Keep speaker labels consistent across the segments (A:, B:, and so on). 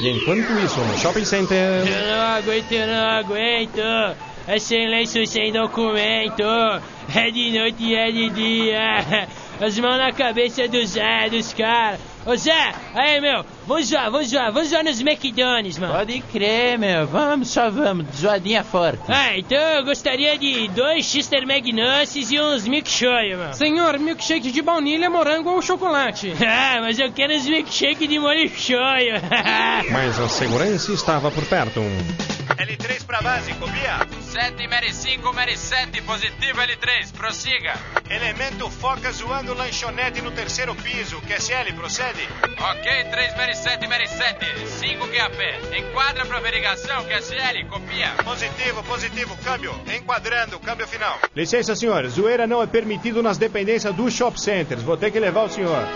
A: E enquanto isso, no shopping center.
B: Eu não aguento, eu não aguento. É sem lenço, sem documento. É de noite e é de dia. As mãos na cabeça do Zé, dos caras. Ô Zé, aí meu, vamos zoar, vamos zoar, vamos zoar nos McDonald's, mano.
C: Pode crer, meu, vamos, só vamos, zoadinha forte.
B: Ah, então eu gostaria de dois Chester McNuggets e uns milkshake, mano.
D: Senhor, milkshake de baunilha, morango ou chocolate?
B: ah, mas eu quero uns milkshake de molho shoyu.
A: mas a segurança estava por perto.
E: L3 pra base, copia.
F: 7 Mary 5, Mary 7, positivo L3, prossiga.
E: Elemento foca zoando lanchonete no terceiro piso, QSL, procede.
F: Ok, 3 Mary 7, Mary 7, 5 QAP. Enquadra pra verificação, QSL, copia.
E: Positivo, positivo, câmbio, enquadrando, câmbio final.
A: Licença, senhor, zoeira não é permitido nas dependências dos shop centers, vou ter que levar o senhor.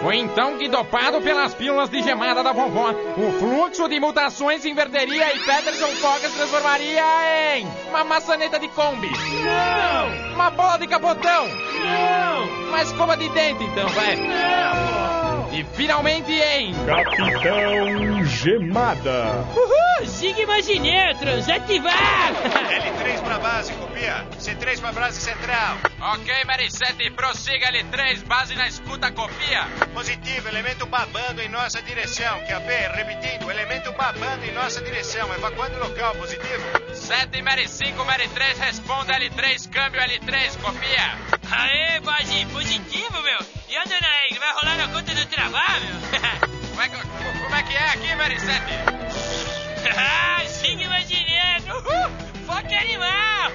F: Foi então que, dopado pelas pílulas de gemada da vovó, o fluxo de mutações inverteria e Peterson Fox transformaria em uma maçaneta de Kombi.
B: Não!
F: Uma bola de capotão.
B: Não!
F: Uma escova de dente, então, vai.
B: Não!
F: E finalmente em...
A: Capitão Gemada.
B: Uhul! Sigma Ginetrons, ativar!
E: L3 pra base, copia. C3 pra base central.
F: Ok, Mary 7, prossiga L3, base na escuta, copia.
E: Positivo, elemento babando em nossa direção. QAP, repetindo, elemento babando em nossa direção. Evacuando o local, positivo.
F: 7, Mary 5, Mary 3, responda L3, câmbio L3, copia.
B: Aê, base, positivo, meu. E a dona Egg, vai rolar na conta do trabalho?
F: como, é que, como é que é aqui, Mary 7?
B: ah, Sigma Gineto, uhul! Foca animal!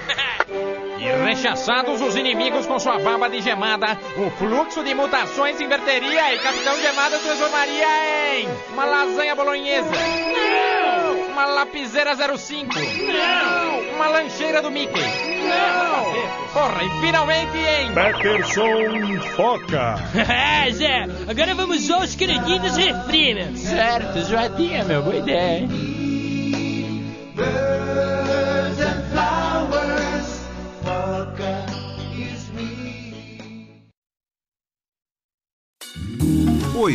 F: E rechaçados os inimigos com sua baba de gemada, o fluxo de mutações inverteria e Capitão Gemada transformaria em uma lasanha bolonhesa.
B: Não!
F: Uma lapiseira 05.
B: Não!
F: Uma lancheira do Mickey.
B: Não!
F: Porra, e finalmente em.
A: Peterson Foca!
B: é, Zé, agora vamos aos queridinhos refri, meu.
C: Certo, joadinha, meu, boa ideia.
G: Oi,